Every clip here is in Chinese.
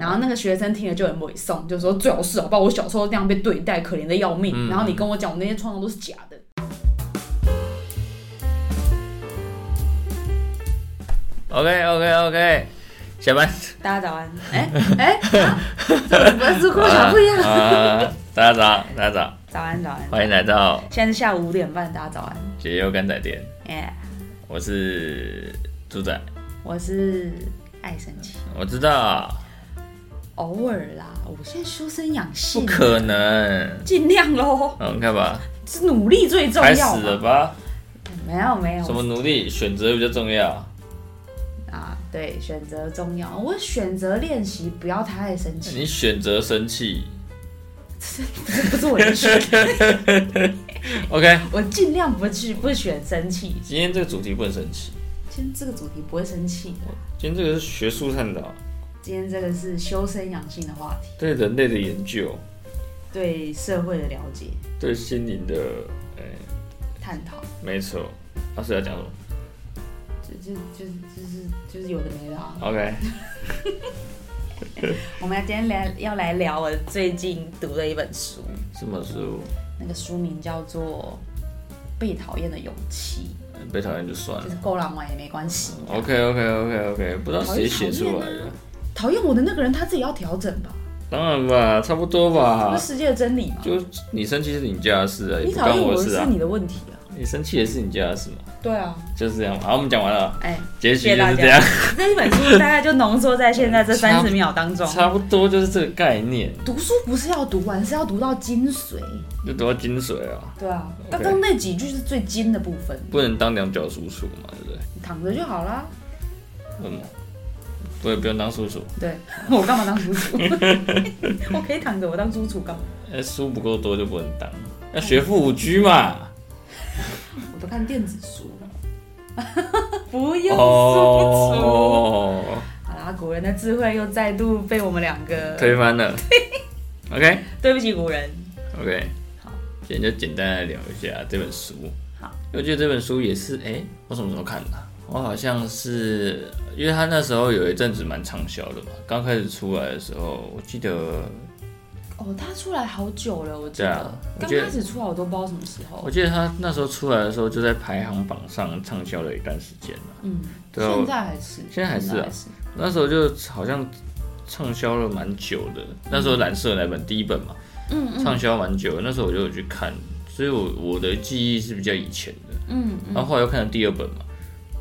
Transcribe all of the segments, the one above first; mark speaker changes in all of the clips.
Speaker 1: 然后那个学生听了就很委送，就说最好是好不好？我小时候那样被对待，可怜的要命。
Speaker 2: 嗯
Speaker 1: 然后你跟我讲，我那些创伤都是假的。
Speaker 2: OK OK OK，下班。
Speaker 1: 大家早安。哎、哎、啊怎么跟是国小不一样？
Speaker 2: 啊，大家早，大家早，
Speaker 1: 早安早安，
Speaker 2: 欢迎来到
Speaker 1: 现在是下午五点半，大家早安。
Speaker 2: 解忧干仔店，
Speaker 1: 耶、
Speaker 2: 我是猪仔，
Speaker 1: 我是爱生气，
Speaker 2: 我知道，
Speaker 1: 偶尔啦，我现在修身养性
Speaker 2: 不，可能，
Speaker 1: 尽量喽，
Speaker 2: 嗯，看吧，
Speaker 1: 是努力最重
Speaker 2: 开始
Speaker 1: 要
Speaker 2: 了
Speaker 1: 嘛。
Speaker 2: 吧？
Speaker 1: 没有没有
Speaker 2: 什么努力，选择比较重要。
Speaker 1: 啊，对，选择重要，我选择练习，不要太爱生气。
Speaker 2: 你选择生气
Speaker 1: 这不是我的选，
Speaker 2: ，OK？
Speaker 1: 我尽量不去不选生气。
Speaker 2: 今天这个主题不能生气，
Speaker 1: 今天这个主题不会生气的，
Speaker 2: 今天这个是学术探讨，
Speaker 1: 今天这个是修身养性的话题，
Speaker 2: 对人类的研究，
Speaker 1: 对社会的了解、
Speaker 2: 对心灵的，哎、
Speaker 1: 探讨，
Speaker 2: 没错。他、啊是要讲什么
Speaker 1: 就就就就是就是有的没的啊。
Speaker 2: ？OK，
Speaker 1: 我们今天来要来聊我最近读的一本书，
Speaker 2: 什么书？
Speaker 1: 那个书名叫做《被讨厌的勇气
Speaker 2: 嗯被讨厌就算》，
Speaker 1: 就
Speaker 2: 了。
Speaker 1: 是够浪漫也没关系。
Speaker 2: OK OK OK OK，不知道谁写出来的。
Speaker 1: 讨厌我的那个人他自己要调整吧，
Speaker 2: 当然吧，差不多吧
Speaker 1: 这是。世界的真理嘛。
Speaker 2: 啊就你生气是你家的事啊，也
Speaker 1: 你
Speaker 2: 不
Speaker 1: 讨
Speaker 2: 干
Speaker 1: 厌我
Speaker 2: 我
Speaker 1: 的
Speaker 2: 的事
Speaker 1: 是
Speaker 2: 啊。
Speaker 1: 你的问题啊。
Speaker 2: 你生气也是你家的事嘛，
Speaker 1: 对啊，
Speaker 2: 就是这样。好，我们讲完了，
Speaker 1: 哎，
Speaker 2: 结局
Speaker 1: 谢谢
Speaker 2: 就
Speaker 1: 大
Speaker 2: 是这
Speaker 1: 家
Speaker 2: 样，。
Speaker 1: 这一本书大概就浓缩在现在这
Speaker 2: 差
Speaker 1: 三
Speaker 2: 不
Speaker 1: 十秒当中。
Speaker 2: 差不多就是这个概念，
Speaker 1: 读书不是要读完，是要读到精髓。
Speaker 2: 就读到精髓啊，
Speaker 1: 对啊，
Speaker 2: OK
Speaker 1: 刚刚那几句是最精的部分，
Speaker 2: 不能当两脚叔叔嘛，对不对？
Speaker 1: 你躺着就好啦。
Speaker 2: 嗯，我也不用当叔叔，
Speaker 1: 对 我干嘛当主厨？我可以躺着，我当主厨干嘛？
Speaker 2: 哎，书不够多就不能当，要学富五居嘛。
Speaker 1: 我都看电子书了。 不用输出。
Speaker 2: 哦，
Speaker 1: 好啦，古人的智慧又再度被我们两个
Speaker 2: 推 翻了。OK
Speaker 1: 对不起古人。
Speaker 2: OK，
Speaker 1: 好，
Speaker 2: 今天就简单来聊一下这本书。
Speaker 1: 好，
Speaker 2: 我觉得这本书也是，哎、我什么时候看的啊、我好像是，因为他那时候有一阵子蛮畅销的嘛，刚开始出来的时候，我记得，
Speaker 1: 哦，他出来好久了，我记
Speaker 2: 对啊
Speaker 1: 得
Speaker 2: 我
Speaker 1: 刚
Speaker 2: 觉得
Speaker 1: 开始出来我都不知道什么时候
Speaker 2: 我。记得他那时候出来的时候就在排行榜上畅销了一段时间了。
Speaker 1: 嗯，
Speaker 2: 对啊
Speaker 1: 现在还是，
Speaker 2: 现在还是啊那时候就好像畅销了蛮久的，那时候蓝色那本第一本嘛，
Speaker 1: 嗯嗯
Speaker 2: 畅销蛮久的，那时候我就有去看，所以我我的记忆是比较以前的。
Speaker 1: 嗯
Speaker 2: 然后后来又看了第二本嘛，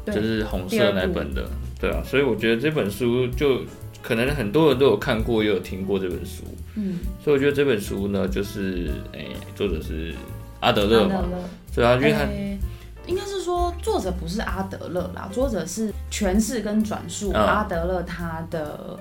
Speaker 1: 对
Speaker 2: 就是红色那本的，对啊，所以我觉得这本书就可能很多人都有看过，也有听过这本书，
Speaker 1: 嗯，
Speaker 2: 所以我觉得这本书呢，就是诶、作者是阿德
Speaker 1: 阿
Speaker 2: 勒嘛，
Speaker 1: 勒哎
Speaker 2: 对啊，因为他、
Speaker 1: 诶应该是说作者不是阿德勒啦，作者是诠释跟转述
Speaker 2: 嗯
Speaker 1: 阿德勒他的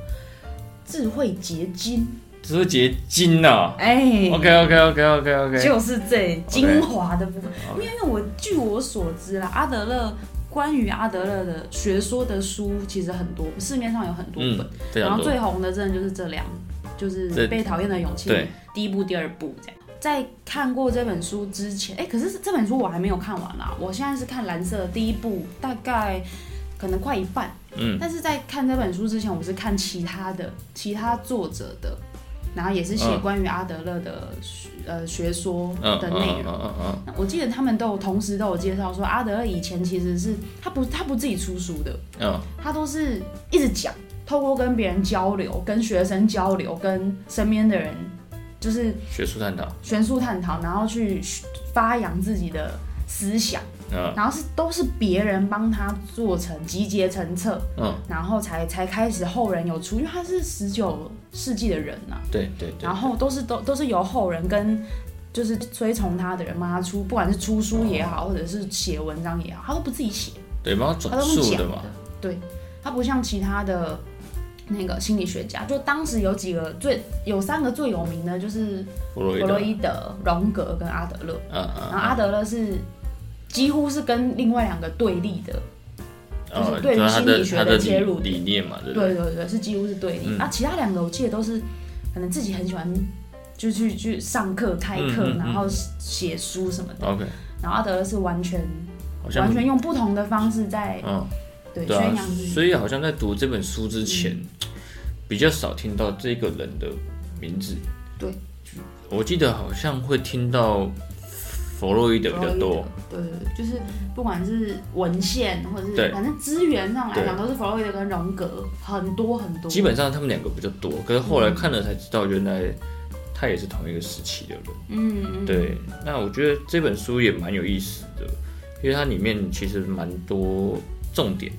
Speaker 1: 智慧结晶。
Speaker 2: 只是结晶啊呐、
Speaker 1: 哎、
Speaker 2: OK OK OK OK OK，
Speaker 1: 就是这精华的部分。因为因为我据我所知啦，阿德勒关于阿德勒的学说的书其实很多，市面上有很多
Speaker 2: 嗯
Speaker 1: 本，，
Speaker 2: 非
Speaker 1: 然
Speaker 2: 常
Speaker 1: 后
Speaker 2: 多，
Speaker 1: 最红的真的就是这两，就是
Speaker 2: 这
Speaker 1: 《被讨厌的勇气》
Speaker 2: 对
Speaker 1: 第一部、第二部这样。在看过这本书之前，哎、可是这本书我还没有看完啦，我现在是看蓝色的第一部，大概可能快一半。
Speaker 2: 嗯，
Speaker 1: 但是在看这本书之前，我是看其他的其他作者的，然后也是写
Speaker 2: 嗯
Speaker 1: 关于阿德勒的、学呃学说
Speaker 2: 嗯
Speaker 1: 的
Speaker 2: 嗯
Speaker 1: 内
Speaker 2: 嗯
Speaker 1: 容。
Speaker 2: 嗯嗯
Speaker 1: 那我记得他们都有同时都有介绍说，阿德勒以前其实是他不他不自己出书的，
Speaker 2: 嗯
Speaker 1: 他都是一直讲，透过跟别人交流、跟学生交流、跟身边的人，就是
Speaker 2: 嗯，学术探讨，
Speaker 1: 学术探讨，然后去发扬自己的思想，
Speaker 2: 嗯
Speaker 1: 然后是都是别人帮他做成集结成册，
Speaker 2: 嗯，
Speaker 1: 然后才才开始后人有出，因为他是十九世纪的人呐、
Speaker 2: 对对对
Speaker 1: 然，后都是都都是由后人跟。就是追从他的人帮他出，不管是出书也好，或者是写文章也好，他都不自己写，
Speaker 2: 对，帮他
Speaker 1: 他
Speaker 2: 转
Speaker 1: 都用
Speaker 2: 述
Speaker 1: 讲
Speaker 2: 的嘛，
Speaker 1: 对，他不像其他的那个心理学家，就当时有几个最有三个最有名的，就是
Speaker 2: 弗洛伊
Speaker 1: 弗
Speaker 2: 德
Speaker 1: 洛，伊德、荣格跟阿德勒。
Speaker 2: 嗯嗯
Speaker 1: 然后阿德勒是几乎是跟另外两个对立的，
Speaker 2: 嗯，
Speaker 1: 就是对于
Speaker 2: 然后他
Speaker 1: 心理
Speaker 2: 的
Speaker 1: 学
Speaker 2: 他
Speaker 1: 的
Speaker 2: 的
Speaker 1: 切
Speaker 2: 理
Speaker 1: 入
Speaker 2: 理念嘛，对不对？
Speaker 1: 对对对，是几乎是对立。
Speaker 2: 嗯
Speaker 1: 啊，其他两个我记得都是可能自己很喜欢。就去去上课、开课，
Speaker 2: 嗯嗯嗯
Speaker 1: 然后写书什么的。
Speaker 2: OK，
Speaker 1: 然后阿德勒是完全
Speaker 2: 好像
Speaker 1: 完全用不同的方式在
Speaker 2: 嗯。
Speaker 1: 对
Speaker 2: 对啊
Speaker 1: 宣扬自，己。嗯
Speaker 2: 所以好像在读这本书之前，比较少听到这个人的名字。
Speaker 1: 对，
Speaker 2: 我记得好像会听到弗洛伊德比较多。
Speaker 1: 对对对，就是不管是文献或者
Speaker 2: 对
Speaker 1: 是反正资源上来
Speaker 2: 对
Speaker 1: 讲，都是弗洛伊德跟荣格很多很多。
Speaker 2: 基本上他们两个比较多，可是后来看了才知道，原来他也是同一个时期的人。
Speaker 1: 嗯，嗯，
Speaker 2: 对，那我觉得这本书也蛮有意思的，因为它里面其实蛮多重点，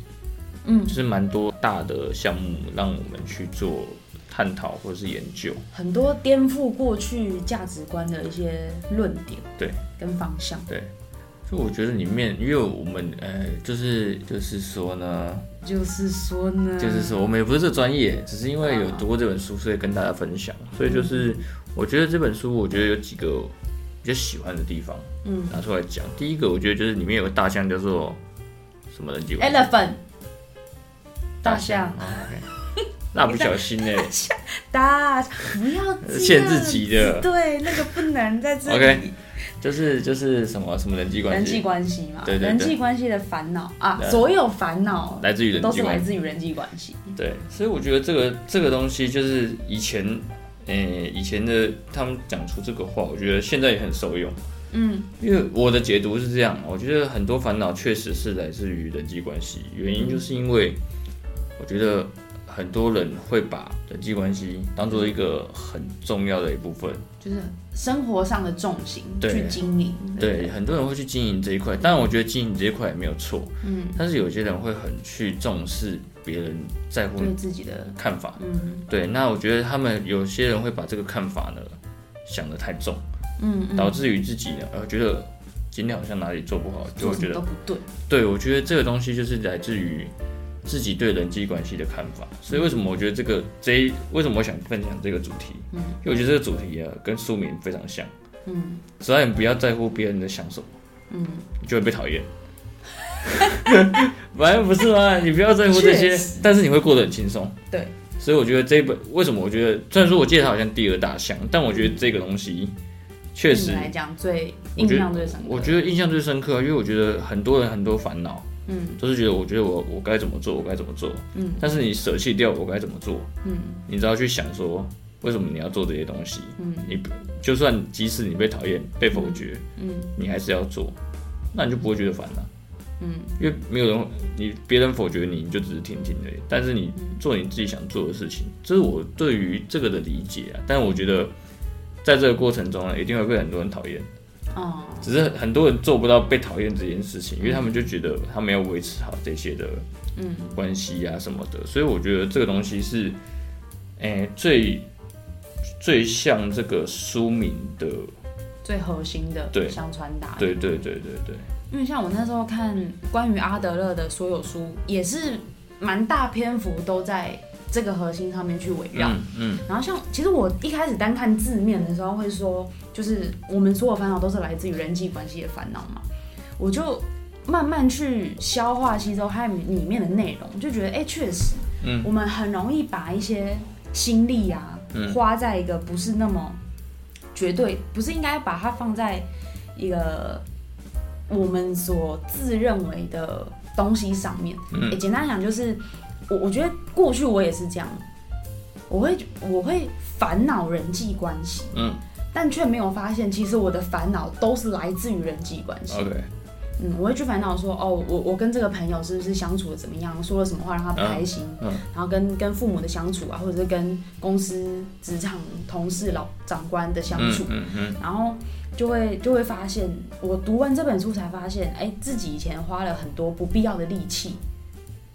Speaker 1: 嗯
Speaker 2: 就是蛮多大的项目让我们去做探讨或是研究。
Speaker 1: 很多颠覆过去价值观的一些论点，
Speaker 2: 对，
Speaker 1: 跟方向。
Speaker 2: 就我觉得里面，因为我们呃，就是就是说呢，
Speaker 1: 就是说呢，
Speaker 2: 就是说我们也不是这专业，只是因为有读过这本书，所以跟大家分享。所以就是
Speaker 1: 嗯
Speaker 2: 我觉得这本书，我觉得有几个比较喜欢的地方，
Speaker 1: 嗯，
Speaker 2: 拿出来讲。第一个，我觉得就是里面有个大象叫做什么人机
Speaker 1: elephant 大
Speaker 2: 象
Speaker 1: 象，
Speaker 2: 哦，OK 蜡笔小欸新呢、
Speaker 1: 大，不 要这样
Speaker 2: 限制级的
Speaker 1: 对，那个不能在这里。
Speaker 2: OK 就是就是什么什么人际 关
Speaker 1: 人际
Speaker 2: 系，
Speaker 1: 关系嘛，
Speaker 2: 对对对
Speaker 1: 人际关系的烦恼啊，
Speaker 2: 对
Speaker 1: 所有烦恼
Speaker 2: 来自于人
Speaker 1: 都
Speaker 2: 际
Speaker 1: 是来
Speaker 2: 关系。
Speaker 1: 自于人际关系。
Speaker 2: 对，所以我觉得这个这个东西就是以前，呃，以前的他们讲出这个话，我觉得现在也很受用。
Speaker 1: 嗯，
Speaker 2: 因为我的解读是这样，我觉得很多烦恼确实是来自于人际关系，原因就是因为我觉得很多人会把人际关系当做一个很重要的一部分，
Speaker 1: 就是生活上的重心
Speaker 2: 对
Speaker 1: 去经营。
Speaker 2: 对，很多人会去经营这一块，当然我觉得经营这一块也没有错，嗯，但是有些人会很去重视别人在乎
Speaker 1: 对自己的，
Speaker 2: 看法，
Speaker 1: 嗯
Speaker 2: 对，那我觉得他们有些人会把这个看法呢想得太重，
Speaker 1: 嗯嗯，
Speaker 2: 导致于自己呢，呃，觉得今天好像哪里做不好，就
Speaker 1: 做
Speaker 2: 会
Speaker 1: 嗯什
Speaker 2: 觉
Speaker 1: 么
Speaker 2: 得
Speaker 1: 都不对。
Speaker 2: 对，我觉得这个东西就是来自于自己对人际关系的看法，所以为什么我觉得这个这一为什么我想分享这个主题？
Speaker 1: 嗯，
Speaker 2: 因为我觉得这个主题啊跟书名非常像，
Speaker 1: 嗯
Speaker 2: 只要你不要在乎别人的想什么，
Speaker 1: 嗯，
Speaker 2: 你就会被讨厌。 反正不是吗？你不要在乎这些
Speaker 1: 确实，
Speaker 2: 但是你会过得很轻松。
Speaker 1: 对，
Speaker 2: 所以我觉得这一本为什么我觉得，虽然说我记得它好像第二大项，但我觉得这个东西确
Speaker 1: 对
Speaker 2: 实
Speaker 1: 你，来讲最
Speaker 2: 我
Speaker 1: 印
Speaker 2: 觉得
Speaker 1: 象最深刻。
Speaker 2: 我觉得印象最深刻，啊因为我觉得很多人很多烦恼，
Speaker 1: 嗯
Speaker 2: 都是觉得我觉得我我该怎么做，我该怎么做。
Speaker 1: 嗯
Speaker 2: 但是你舍弃掉我该怎么做，
Speaker 1: 嗯
Speaker 2: 你只要去想说为什么你要做这些东西。
Speaker 1: 嗯
Speaker 2: 你不就算即使你被讨厌、被否决，
Speaker 1: 嗯
Speaker 2: 你还是要做，那你就不会觉得烦了、
Speaker 1: 嗯，
Speaker 2: 因为没有人你别人否决你，你就只是听听而已。但是你做你自己想做的事情，这是我对于这个的理解啊。但我觉得在这个过程中啊呢，一定会被很多人讨厌。
Speaker 1: 哦，
Speaker 2: 只是很多人做不到被讨厌这件事情，因为他们就觉得他们要维持好这些的
Speaker 1: 嗯
Speaker 2: 关系啊什么的，所以我觉得这个东西是，诶、最最像这个书名的，
Speaker 1: 最核心的
Speaker 2: 对
Speaker 1: 想传达的
Speaker 2: 对对对对对，
Speaker 1: 因为像我那时候看关于阿德勒的所有书，也是蛮大篇幅都在这个核心上面去围绕。
Speaker 2: 嗯嗯，
Speaker 1: 然后像其实我一开始单看字面的时候，会说就是我们所有烦恼都是来自于人际关系的烦恼嘛，我就慢慢去消化吸收它里面的内容，就觉得哎，诶确实，
Speaker 2: 嗯，
Speaker 1: 我们很容易把一些心力啊，
Speaker 2: 嗯
Speaker 1: 花在一个不是那么绝对，不是应该把它放在一个我们所自认为的东西上面。
Speaker 2: 嗯
Speaker 1: 诶欸简单讲就是，我我觉得过去我也是这样，我会我会烦恼人际关系，
Speaker 2: 嗯，
Speaker 1: 但却没有发现，其实我的烦恼都是来自于人际关系。
Speaker 2: ，OK，
Speaker 1: 嗯，我会去烦恼说，哦，我我跟这个朋友是不是相处的怎么样，说了什么话让他不开心，
Speaker 2: 嗯嗯
Speaker 1: 然后跟跟父母的相处啊，或者是跟公司、职场、同事、老长官的相
Speaker 2: 嗯
Speaker 1: 处，
Speaker 2: 嗯嗯，
Speaker 1: 然后就会就会发现，我读完这本书才发现，哎，自己以前花了很多不必要的力气。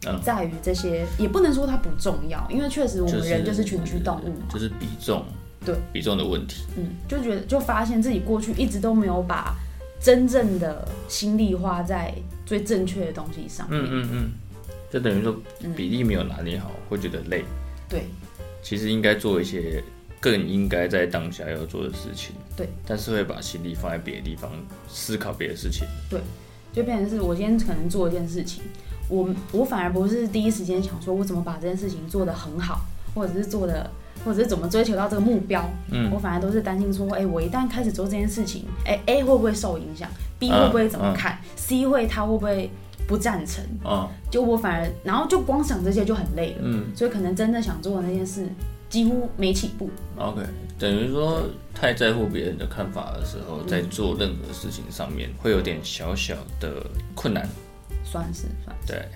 Speaker 2: 嗯
Speaker 1: 在于这些，也不能说它不重要，因为确实我们人就是群居动物嘛，
Speaker 2: 就是比重，
Speaker 1: 对，
Speaker 2: 比重的问题，
Speaker 1: 嗯，就觉得就发现自己过去一直都没有把真正的心力花在最正确的东西上面。
Speaker 2: 嗯嗯嗯，就等于说
Speaker 1: 嗯
Speaker 2: 比例没有拿捏好，会觉得累，
Speaker 1: 对，
Speaker 2: 其实应该做一些更应该在当下要做的事情。
Speaker 1: 对，
Speaker 2: 但是会把心力放在别的地方，思考别的事情。
Speaker 1: 就变成是我今天可能做一件事情，我我反而不是第一时间想说我怎么把这件事情做得很好，或者是做的，或者是怎么追求到这个目标。
Speaker 2: 嗯，
Speaker 1: 我反而都是担心说，哎、我一旦开始做这件事情，哎、a 会不会受影响？B 会不会怎么看、c 会他会不会不赞成，
Speaker 2: 啊，
Speaker 1: 就我反而然后就光想这些就很累了，
Speaker 2: 嗯
Speaker 1: 所以可能真正想做的那件事几乎没起步。
Speaker 2: ，OK，等于说太在乎别人的看法的时
Speaker 1: 嗯
Speaker 2: 候，在做任何事情上面会有点小小的困难。
Speaker 1: 算是算是。
Speaker 2: 对
Speaker 1: 对。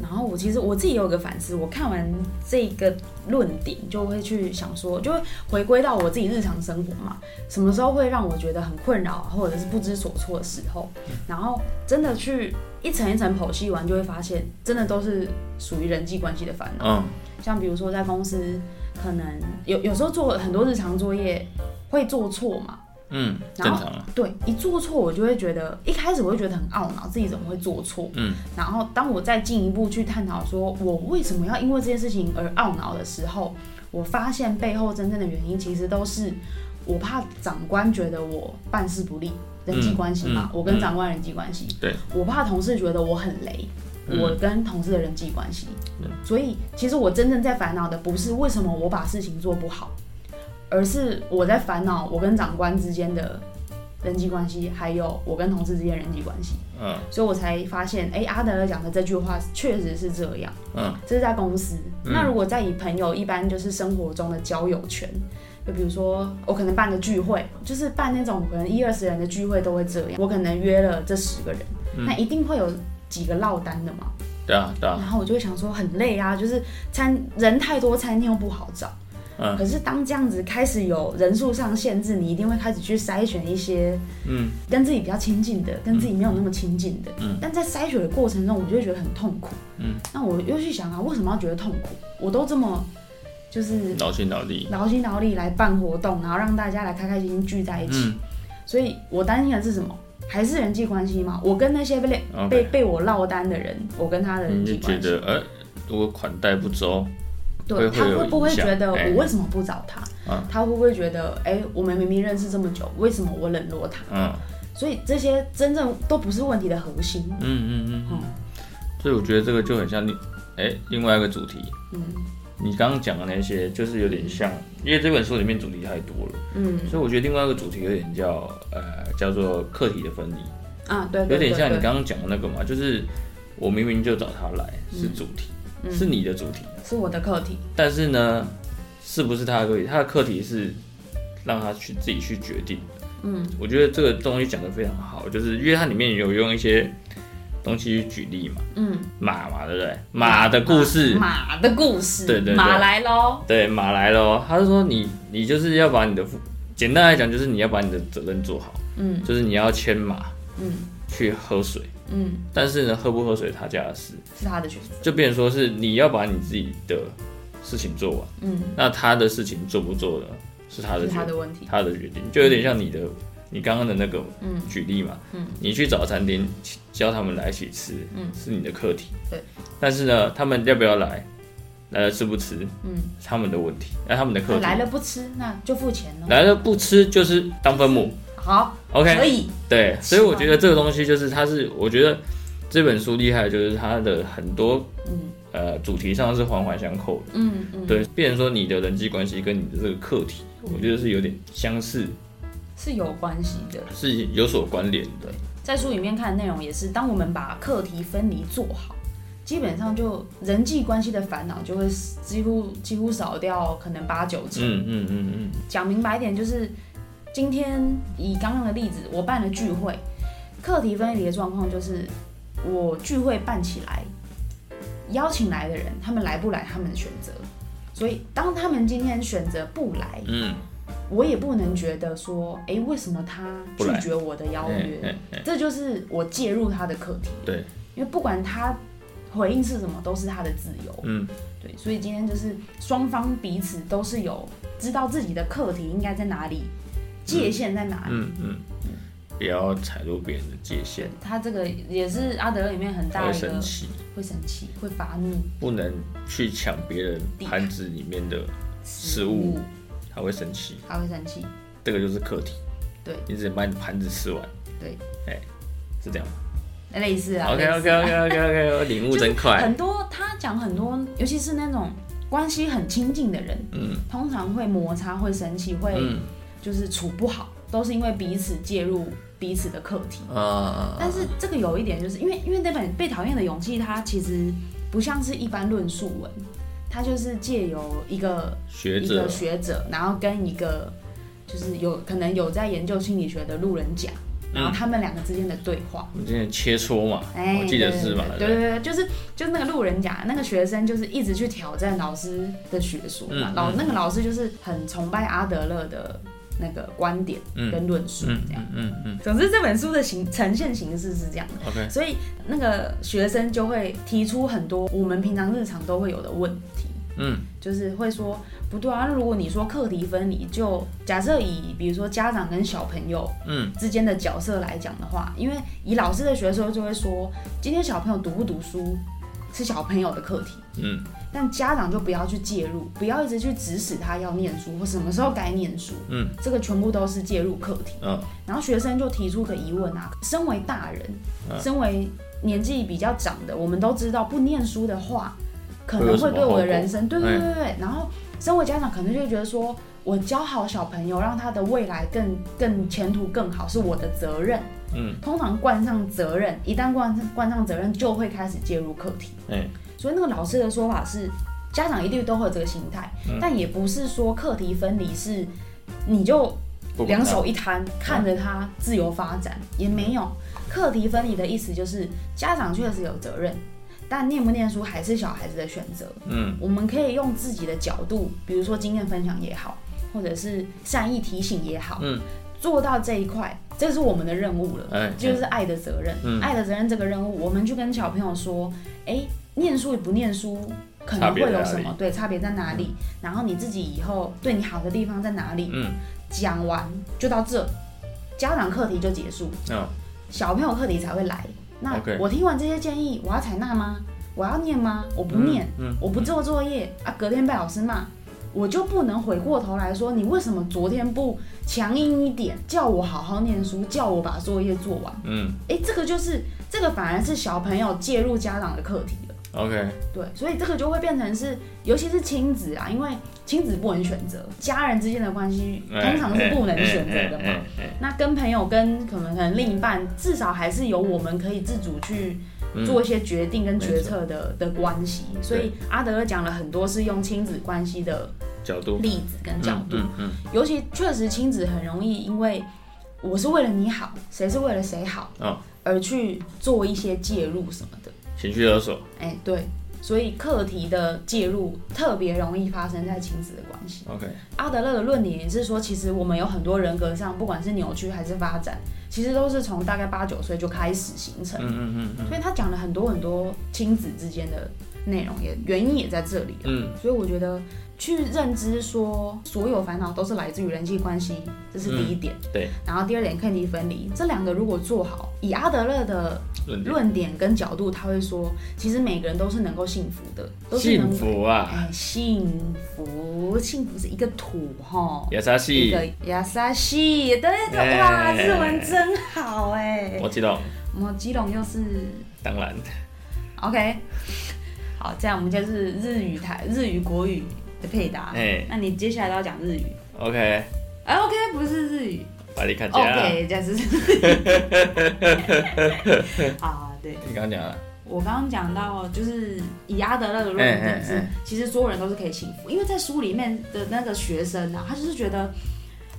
Speaker 1: 然后我其实我自己也有个反思，我看完这个论点，就会去想说，就会回归到我自己日常生活嘛，什么时候会让我觉得很困扰，啊或者是不知所措的时候，然后真的去一层一层剖析完，就会发现，真的都是属于人际关系的烦恼。
Speaker 2: 嗯
Speaker 1: 像比如说在公司，可能有有时候做很多日常作业会做错嘛，
Speaker 2: 嗯，正
Speaker 1: 然后
Speaker 2: 常啊。
Speaker 1: 对，一做错我就会觉得，一开始我会觉得很懊恼，自己怎么会做错。
Speaker 2: 嗯，
Speaker 1: 然后当我再进一步去探讨说我为什么要因为这件事情而懊恼的时候，我发现背后真正的原因其实都是我怕长官觉得我办事不力，人际
Speaker 2: 嗯
Speaker 1: 关系嘛，
Speaker 2: 嗯
Speaker 1: 我跟长官人际关系。
Speaker 2: 对，
Speaker 1: 我怕同事觉得我很雷。
Speaker 2: 嗯
Speaker 1: 我跟同事的人际关系，
Speaker 2: 嗯
Speaker 1: 所以其实我真正在烦恼的不是为什么我把事情做不好，而是我在烦恼我跟长官之间的人际关系，还有我跟同事之间的人际关系，
Speaker 2: 嗯
Speaker 1: 所以我才发现，哎、阿德讲的这句话确实是这样。
Speaker 2: 嗯
Speaker 1: 这是在公司。
Speaker 2: 嗯
Speaker 1: 那如果在以朋友一般就是生活中的交友圈，就比如说我可能办个聚会，就是办那种可能一二十人的聚会都会这样。我可能约了这十个人，
Speaker 2: 嗯
Speaker 1: 那一定会有几个落单的嘛。
Speaker 2: 对啊对啊，
Speaker 1: 然后我就会想说很累啊，就是餐人太多，餐厅又不好找。
Speaker 2: 嗯
Speaker 1: 可是当这样子开始有人数上限制，你一定会开始去筛选一些
Speaker 2: 嗯
Speaker 1: 跟自己比较亲近的，跟自己没有那么亲近的。
Speaker 2: 嗯
Speaker 1: 但在筛选的过程中，我就会觉得很痛苦。
Speaker 2: 嗯，
Speaker 1: 那我又去想啊，为什么要觉得痛苦？我都这么就是
Speaker 2: 脑心脑力。
Speaker 1: 劳心劳力来办活动，然后让大家来开开心心聚在一起，
Speaker 2: 嗯
Speaker 1: 所以我担心的是什么？还是人际关系嘛？我跟那些被被
Speaker 2: ，OK，
Speaker 1: 被我落单的人，我跟他的人
Speaker 2: 你
Speaker 1: 际
Speaker 2: 就觉
Speaker 1: 关系，
Speaker 2: 得，呃，如果款待不周，
Speaker 1: 对
Speaker 2: 会
Speaker 1: 他
Speaker 2: 会有
Speaker 1: 会不会
Speaker 2: 影响
Speaker 1: 觉得
Speaker 2: 哎
Speaker 1: 我为什么不找他？
Speaker 2: 嗯
Speaker 1: 他会不会觉得，哎、我们明明认识这么久，为什么我冷落他？
Speaker 2: 嗯
Speaker 1: 所以这些真正都不是问题的核心。
Speaker 2: 嗯嗯嗯
Speaker 1: 嗯
Speaker 2: 嗯，所以我觉得这个就很像另，哎，另外一个主题，
Speaker 1: 嗯
Speaker 2: 你刚刚讲的那些，就是有点像，因为这本书里面主题太多了，
Speaker 1: 嗯
Speaker 2: 所以我觉得另外一个主题有点叫呃叫做课题的分离，
Speaker 1: 啊，对
Speaker 2: 有
Speaker 1: 对对
Speaker 2: 点像你
Speaker 1: 对
Speaker 2: 刚刚讲的那个嘛，就是我明明就找他来是主题，
Speaker 1: 嗯
Speaker 2: 是你的主题，
Speaker 1: 是我的课题。
Speaker 2: 但是呢，是不是他的课题？他的课题是让他去自己去决定。
Speaker 1: 嗯，
Speaker 2: 我觉得这个东西讲的非常好，就是因为它里面有用一些东西去举例嘛，
Speaker 1: 嗯，
Speaker 2: 马嘛，对不对？马的故事，
Speaker 1: 马的故事，
Speaker 2: 对对对
Speaker 1: 马来喽。
Speaker 2: 对，马来咯，他是说你，你就是要把你的负，简单来讲就是你要把你的责任做好，
Speaker 1: 嗯
Speaker 2: 就是你要牵马
Speaker 1: 嗯
Speaker 2: 去喝水，
Speaker 1: 嗯，
Speaker 2: 但是呢，喝不喝水他家的事，
Speaker 1: 是他的选择。
Speaker 2: 就变成说是你要把你自己的事情做完，
Speaker 1: 嗯，
Speaker 2: 那他的事情做不做呢，是他的
Speaker 1: 是
Speaker 2: 决
Speaker 1: 他
Speaker 2: 定，
Speaker 1: 的问题。
Speaker 2: 他的决定，就有点像你的，你刚刚的那个
Speaker 1: 嗯
Speaker 2: 举例嘛，
Speaker 1: 嗯
Speaker 2: 你去找餐厅叫他们来一起吃，
Speaker 1: 嗯
Speaker 2: 是你的课题，
Speaker 1: 对，
Speaker 2: 但是呢，他们要不要来，来了吃不吃，
Speaker 1: 嗯，
Speaker 2: 是他们的问题，那他们的课题
Speaker 1: 哎来了不吃，那就付钱喽。
Speaker 2: 来了不吃就是当分母
Speaker 1: 好可
Speaker 2: ，OK，
Speaker 1: 以。
Speaker 2: 对，所以我觉得这个东西就是它是，我觉得这本书厉害的就是它的很多
Speaker 1: 嗯
Speaker 2: 呃主题上是环环相扣的，
Speaker 1: 嗯嗯，
Speaker 2: 对，变成说你的人际关系跟你的这个课题，我觉得是有点相似，
Speaker 1: 是有关系的。
Speaker 2: 是有所关联的，
Speaker 1: 在书里面看的内容也是，当我们把课题分离做好，基本上就人际关系的烦恼就会几乎几乎少掉，可能八九成。
Speaker 2: 嗯嗯嗯嗯，
Speaker 1: 讲明白一点，就是今天以刚刚的例子，我办了聚会，课题分离的状况就是，我聚会办起来，邀请来的人，他们来不来，他们的选择。所以，当他们今天选择不来，
Speaker 2: 嗯，
Speaker 1: 我也不能觉得说，诶，为什么他
Speaker 2: 不来
Speaker 1: 拒绝我的邀
Speaker 2: 哎
Speaker 1: 约？
Speaker 2: 哎哎，
Speaker 1: 这就是我介入他的课题。
Speaker 2: 对，
Speaker 1: 因为不管他回应是什么，都是他的自由。
Speaker 2: 嗯
Speaker 1: 对，所以今天就是双方彼此都是有知道自己的课题应该在哪里，界限在哪里。
Speaker 2: 嗯嗯，不要踩入别人的界限，
Speaker 1: 他这个也是阿德勒里面很
Speaker 2: 他
Speaker 1: 大
Speaker 2: 会
Speaker 1: 一
Speaker 2: 生
Speaker 1: 个
Speaker 2: 气，
Speaker 1: 会生气、会发怒、
Speaker 2: 不能去抢别人盘子里面的，
Speaker 1: 食
Speaker 2: 物，他会生气。
Speaker 1: 他会生气。
Speaker 2: 这个就是课题。
Speaker 1: 对，
Speaker 2: 你只能把你盘子吃完。
Speaker 1: 对，
Speaker 2: 哎、是这样。
Speaker 1: 类似啊
Speaker 2: OK
Speaker 1: 类
Speaker 2: OK
Speaker 1: 似
Speaker 2: OK OK OK，我领悟真 快。
Speaker 1: 很多他讲很多，尤其是那种关系很亲近的人，
Speaker 2: 嗯
Speaker 1: 通常会摩擦、会生气、会
Speaker 2: 嗯
Speaker 1: 就是处不好。都是因为彼此介入彼此的课题。
Speaker 2: 啊，
Speaker 1: 但是这个有一点，就是因为因为那本《被讨厌的勇气》，它其实不像是一般论述文，它就是借由一个
Speaker 2: 学
Speaker 1: 一
Speaker 2: 者
Speaker 1: 个学者，然后跟一个就是有可能有在研究心理学的路人甲，然
Speaker 2: 嗯
Speaker 1: 后他们两个之间的对话。
Speaker 2: 我们之前切磋嘛，
Speaker 1: 哎，
Speaker 2: 我记得是嘛，
Speaker 1: 对对对，对就是就是那个路人甲，那个学生就是一直去挑战老师的学说嘛，
Speaker 2: 嗯
Speaker 1: 老
Speaker 2: 嗯
Speaker 1: 那个老师就是很崇拜阿德勒的那个观点
Speaker 2: 嗯
Speaker 1: 跟论述
Speaker 2: 嗯
Speaker 1: 这样。
Speaker 2: 嗯嗯嗯
Speaker 1: 总之这本书的形呈现形式是这样的。
Speaker 2: ，OK，
Speaker 1: 所以那个学生就会提出很多我们平常日常都会有的问题，
Speaker 2: 嗯
Speaker 1: 就是会说不对啊，如果你说课题分离，就假设以比如说家长跟小朋友
Speaker 2: 嗯
Speaker 1: 之间的角色来讲的话，因为以老师的学说就会说，今天小朋友读不读书是小朋友的课题，
Speaker 2: 嗯
Speaker 1: 但家长就不要去介入，不要一直去指使他要念书或什么时候该念书，
Speaker 2: 嗯，
Speaker 1: 这个全部都是介入课题。
Speaker 2: 嗯
Speaker 1: 然后学生就提出个疑问啊：身为大人，
Speaker 2: 嗯
Speaker 1: 身为年纪比较长的，我们都知道不念书的话，可能会
Speaker 2: 会有什么
Speaker 1: 对我
Speaker 2: 后
Speaker 1: 的
Speaker 2: 果
Speaker 1: 人生，对对对对对。然后身为家长，可能就会觉得说，我教好小朋友，让他的未来更更前途更好，是我的责任。
Speaker 2: 嗯，
Speaker 1: 通常冠上责任，一旦冠上冠上责任，就会开始介入课题。
Speaker 2: 哎，
Speaker 1: 所以那个老师的说法是，家长一定都会有这个心态，但也不是说课题分离是你就
Speaker 2: 不管嗯
Speaker 1: 两
Speaker 2: 他
Speaker 1: 手一摊，看着他自由发展，也没有课题分离的意思，就是家长确实有责任，但念不念书还是小孩子的选择。
Speaker 2: 嗯
Speaker 1: 我们可以用自己的角度，比如说经验分享也好，或者是善意提醒也好，
Speaker 2: 嗯，
Speaker 1: 做到这一块，这是我们的任务了。
Speaker 2: 哎，
Speaker 1: 就是爱的责任。
Speaker 2: 嗯
Speaker 1: 爱的责任这个任务，我们去跟小朋友说，哎、念书与不念书可
Speaker 2: 差
Speaker 1: 能会
Speaker 2: 别在
Speaker 1: 有
Speaker 2: 哪
Speaker 1: 什
Speaker 2: 里
Speaker 1: 么？对，差别在哪里？然后你自己以后对你好的地方在哪里？
Speaker 2: 嗯
Speaker 1: 讲完就到这，家长课题就结束，
Speaker 2: 嗯
Speaker 1: 小朋友课题才会来。那
Speaker 2: OK
Speaker 1: 我听完这些建议，我要采纳吗？我要念吗？我不念，
Speaker 2: 嗯
Speaker 1: 我不做作业啊，隔天被老师骂。我就不能回过头来说，你为什么昨天不强硬一点，叫我好好念书，叫我把作业做完？
Speaker 2: 嗯
Speaker 1: 哎，这个就是这个反而是小朋友介入家长的课题了。
Speaker 2: ，OK，
Speaker 1: 对，所以这个就会变成是，尤其是亲子啊，因为亲子不能选择，家人之间的关系通常是不能选择的嘛。
Speaker 2: 哎，哎哎
Speaker 1: 那跟朋友跟可能可能另一半，至少还是有我们可以自主去
Speaker 2: 嗯
Speaker 1: 做一些决定跟决
Speaker 2: 没
Speaker 1: 策的的关系。所以阿德勒讲了很多是用亲子关系的
Speaker 2: 角度
Speaker 1: 例子跟角度，
Speaker 2: 嗯嗯
Speaker 1: 尤其确实亲子很容易因为我是为了你好，谁是为了谁好，
Speaker 2: 嗯
Speaker 1: 而去做一些介入什么的。
Speaker 2: 嗯，情绪勒索，
Speaker 1: 哎、对，所以课题的介入特别容易发生在亲子的关系。
Speaker 2: OK，
Speaker 1: 阿德勒的论点也是说，其实我们有很多人格上，不管是扭曲还是发展，其实都是从大概八九岁就开始形成。
Speaker 2: 嗯嗯嗯嗯
Speaker 1: 所以他讲了很多很多亲子之间的内容也，原因也在这里啊。
Speaker 2: 嗯，
Speaker 1: 所以我觉得去认知说所有烦恼都是来自于人际关系，这是第一点。
Speaker 2: 嗯对。
Speaker 1: 然后第二点，课题分离，这两个如果做好，以阿德勒的
Speaker 2: 论点
Speaker 1: 论点跟角度，他会说，其实每个人都是能够幸福的，都是能
Speaker 2: 幸。福啊，
Speaker 1: 哎，幸福，幸福是一个土哈，
Speaker 2: 也是
Speaker 1: 一
Speaker 2: 戏，
Speaker 1: 个亚萨西，对对对，哇，
Speaker 2: 哎
Speaker 1: 日文真好哎。
Speaker 2: 我知道，
Speaker 1: 我们基隆又是
Speaker 2: 当然，
Speaker 1: OK，好，这样我们就是日语台日语国语的配搭。
Speaker 2: 哎
Speaker 1: 那你接下来都要讲日语？
Speaker 2: ，OK，
Speaker 1: 哎、o k 不是日语
Speaker 2: 巴里卡加，
Speaker 1: ，OK，这 是。啊，对，
Speaker 2: 你刚刚讲了，
Speaker 1: 我刚刚讲到，就是以阿德勒的论点
Speaker 2: 哎哎
Speaker 1: 是
Speaker 2: 哎
Speaker 1: 其实所有人都是可以幸福，因为在书里面的那个学生啊，他就是觉得。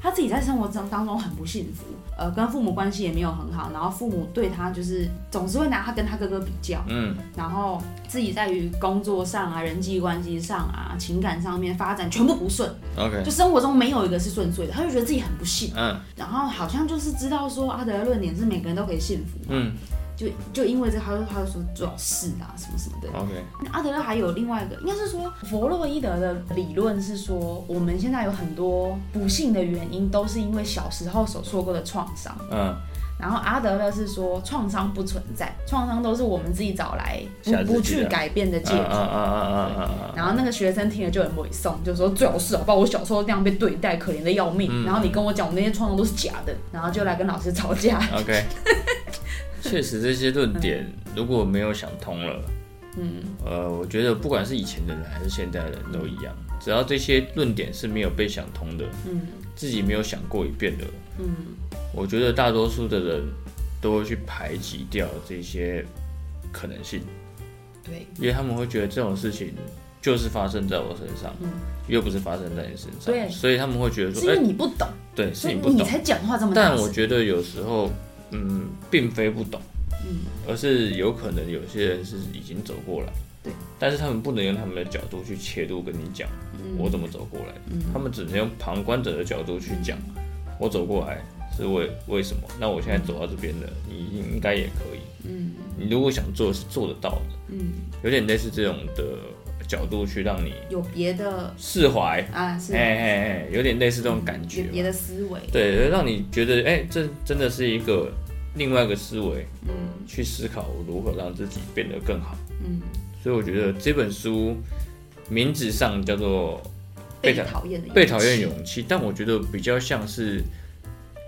Speaker 1: 他自己在生活中当中很不幸福，呃，跟父母关系也没有很好，然后父母对他就是总是会拿他跟他哥哥比较，
Speaker 2: 嗯
Speaker 1: 然后自己在于工作上啊、人际关系上啊、情感上面发展全部不顺，
Speaker 2: ，OK，
Speaker 1: 就生活中没有一个是顺遂的，他就觉得自己很不幸，
Speaker 2: 嗯
Speaker 1: 然后好像就是知道说阿德的论点是每个人都可以幸福，
Speaker 2: 嗯
Speaker 1: 就就因为这个他就他就说最好是啊什么什么的。
Speaker 2: ，OK，
Speaker 1: 阿德勒还有另外一个，应该是说弗洛伊德的理论是说，我们现在有很多不幸的原因都是因为小时候所受过的创伤。
Speaker 2: 嗯，
Speaker 1: 然后阿德勒是说，创伤不存在，创伤都是我们自己找来不
Speaker 2: 吓自己的
Speaker 1: 不去改变的借
Speaker 2: 啊啊
Speaker 1: 口。
Speaker 2: 啊啊啊啊，
Speaker 1: 然后那个学生听了就很委送，就说最好是好不好？我小时候那样被对待，可怜的要命。
Speaker 2: 嗯
Speaker 1: 然后你跟我讲我那些创伤都是假的，然后就来跟老师吵架。
Speaker 2: OK，确实这些论点如果嗯没有想通了，嗯，呃，我觉得不管是以前的人还是现代人都一样，只要这些论点是没有被想通的，嗯，自己没有想过一遍的，嗯，我觉得大多数的人都会去排挤掉这些可能性，
Speaker 1: 对，
Speaker 2: 因为他们会觉得这种事情就是发生在我身上，又不是发生在你身上，
Speaker 1: 对
Speaker 2: 嗯所以他们会觉得
Speaker 1: 是因
Speaker 2: 说，哎、
Speaker 1: 为你不懂，
Speaker 2: 对，是
Speaker 1: 所
Speaker 2: 你
Speaker 1: 以
Speaker 2: 不懂。
Speaker 1: 才讲话这么大
Speaker 2: 但我
Speaker 1: 声。
Speaker 2: 觉得有时候，嗯，并非不懂，嗯，而是有可能有些人是已经走过来，
Speaker 1: 对，
Speaker 2: 但是他们不能用他们的角度去切入跟你讲我怎么走过来，他们只能用旁观者的角度去讲我走过来是为为什么，那我现在走到这边了，你应该也可以，嗯，你如果想做是做得到的，嗯，有点类似这种的角度去让你
Speaker 1: 有别的
Speaker 2: 释怀，
Speaker 1: 啊，是
Speaker 2: 哎哎哎，有点类似这种感觉
Speaker 1: 有
Speaker 2: 嘛，
Speaker 1: 别的思维，
Speaker 2: 对，让你觉得哎、这真的是一个另外一个思维，嗯，去思考如何让自己变得更好，嗯，所以我觉得这本书名字上叫做
Speaker 1: 被
Speaker 2: 讨
Speaker 1: 讨厌的勇气
Speaker 2: 被讨厌的勇气，但我觉得比较像是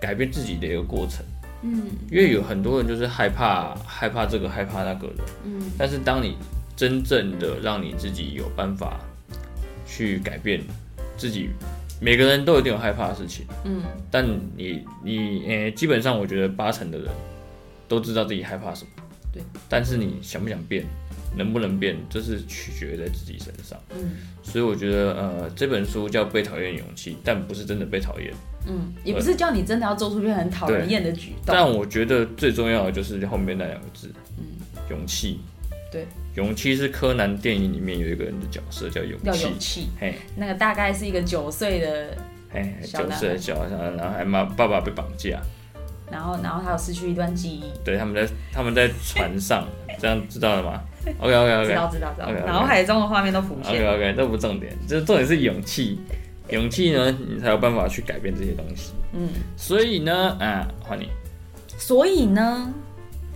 Speaker 2: 改变自己的一个过程，嗯，因为有很多人就是害怕害怕这个害怕那个的，嗯，但是当你真正的让你自己有办法去改变自己，每个人都有点有害怕的事情。
Speaker 1: 嗯
Speaker 2: 但你你呃，基本上我觉得八成的人都知道自己害怕什么，
Speaker 1: 对。
Speaker 2: 但是你想不想变，能不能变，这是取决在自己身上。
Speaker 1: 嗯，
Speaker 2: 所以我觉得呃，这本书叫《被讨厌的勇气》，但不是真的被讨厌。
Speaker 1: 嗯，也不是叫你真的要做出一些很讨人厌的举动，
Speaker 2: 但我觉得最重要的就是后面那两个字，勇气。
Speaker 1: 嗯对，
Speaker 2: 勇气是柯南电影里面有一个人的角色叫勇
Speaker 1: 要
Speaker 2: 气。
Speaker 1: 勇气。
Speaker 2: 嘿，
Speaker 1: 那个大概是一个九岁的，
Speaker 2: 哎，
Speaker 1: 小
Speaker 2: 九
Speaker 1: 男
Speaker 2: 岁的小孩，然后还妈爸爸被绑架，
Speaker 1: 然后然后他有失去一段记忆，
Speaker 2: 对，他们在他们在船上，这样知道了 吗？OK OK OK，
Speaker 1: 知道知道知道，
Speaker 2: OK，OK
Speaker 1: 脑海中的画面都浮
Speaker 2: OK
Speaker 1: 现。
Speaker 2: OK，这不重点，这重点是勇气。勇气呢，你才有办法去改变这些东西。
Speaker 1: 嗯，
Speaker 2: 所以呢，啊，换你，
Speaker 1: 所以呢，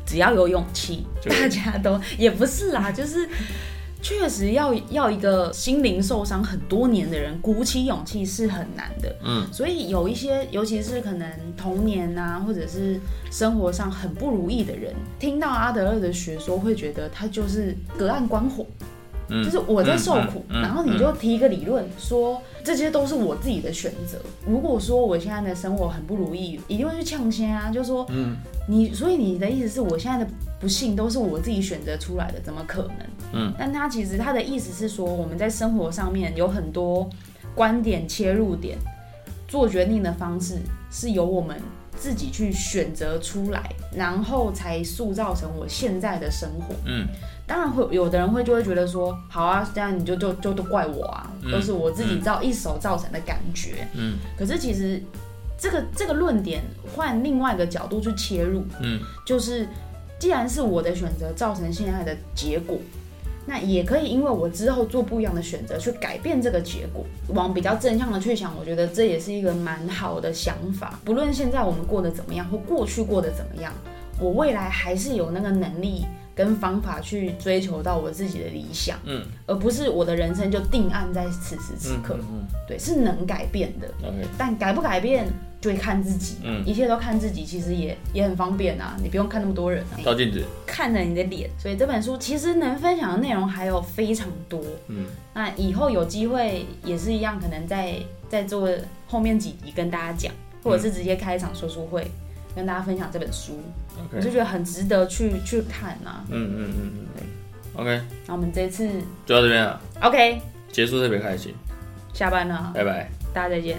Speaker 1: 只要有勇气，
Speaker 2: 就
Speaker 1: 大家都也不是啦，就是确实要要一个心灵受伤很多年的人鼓起勇气是很难的。
Speaker 2: 嗯，
Speaker 1: 所以有一些，尤其是可能童年啊，或者是生活上很不如意的人，听到阿德勒的学说，会觉得他就是隔岸观火。
Speaker 2: 嗯
Speaker 1: 就是我在受苦，
Speaker 2: 嗯嗯嗯
Speaker 1: 然后你就提一个理论说这些都是我自己的选择。如果说我现在的生活很不如意，一定会去呛先啊，就说
Speaker 2: 嗯
Speaker 1: 你，所以你的意思是我现在的不幸都是我自己选择出来的，怎么可能？
Speaker 2: 嗯，
Speaker 1: 但他其实他的意思是说，我们在生活上面有很多观点切入点，做决定的方式是由我们自己去选择出来，然后才塑造成我现在的生活。
Speaker 2: 嗯，
Speaker 1: 当然会有的人会就会觉得说，好啊，这样你就就就都怪我啊，都是我自己造一手造成的感觉。
Speaker 2: 嗯，
Speaker 1: 可是其实这个这个论点换另外一个角度去切入，
Speaker 2: 嗯，
Speaker 1: 就是既然是我的选择造成现在的结果。那也可以，因为我之后做不一样的选择，去改变这个结果，往比较正向的去想，我觉得这也是一个蛮好的想法。不论现在我们过得怎么样，或过去过得怎么样，我未来还是有那个能力跟方法去追求到我自己的理想，
Speaker 2: 嗯，
Speaker 1: 而不是我的人生就定案在此时此刻，
Speaker 2: 嗯
Speaker 1: 对，是能改变的，
Speaker 2: 嗯，OK，
Speaker 1: 但改不改变就看自己，啊
Speaker 2: 嗯
Speaker 1: 一切都看自己，其实也也很方便啊，你不用看那么多人啊，
Speaker 2: 照镜子，
Speaker 1: 看着你的脸，所以这本书其实能分享的内容还有非常多，
Speaker 2: 嗯，
Speaker 1: 那以后有机会也是一样，可能再再做后面几集跟大家讲，或者是直接开一场说书会。跟大家分享这本书我
Speaker 2: OK
Speaker 1: 就觉得很值得去去看啊。
Speaker 2: 嗯嗯嗯嗯嗯，OK，
Speaker 1: 那我们这次
Speaker 2: 就到这边了，啊
Speaker 1: OK，
Speaker 2: 结束特别开心，
Speaker 1: 下班了，
Speaker 2: 拜拜。
Speaker 1: 大家再见。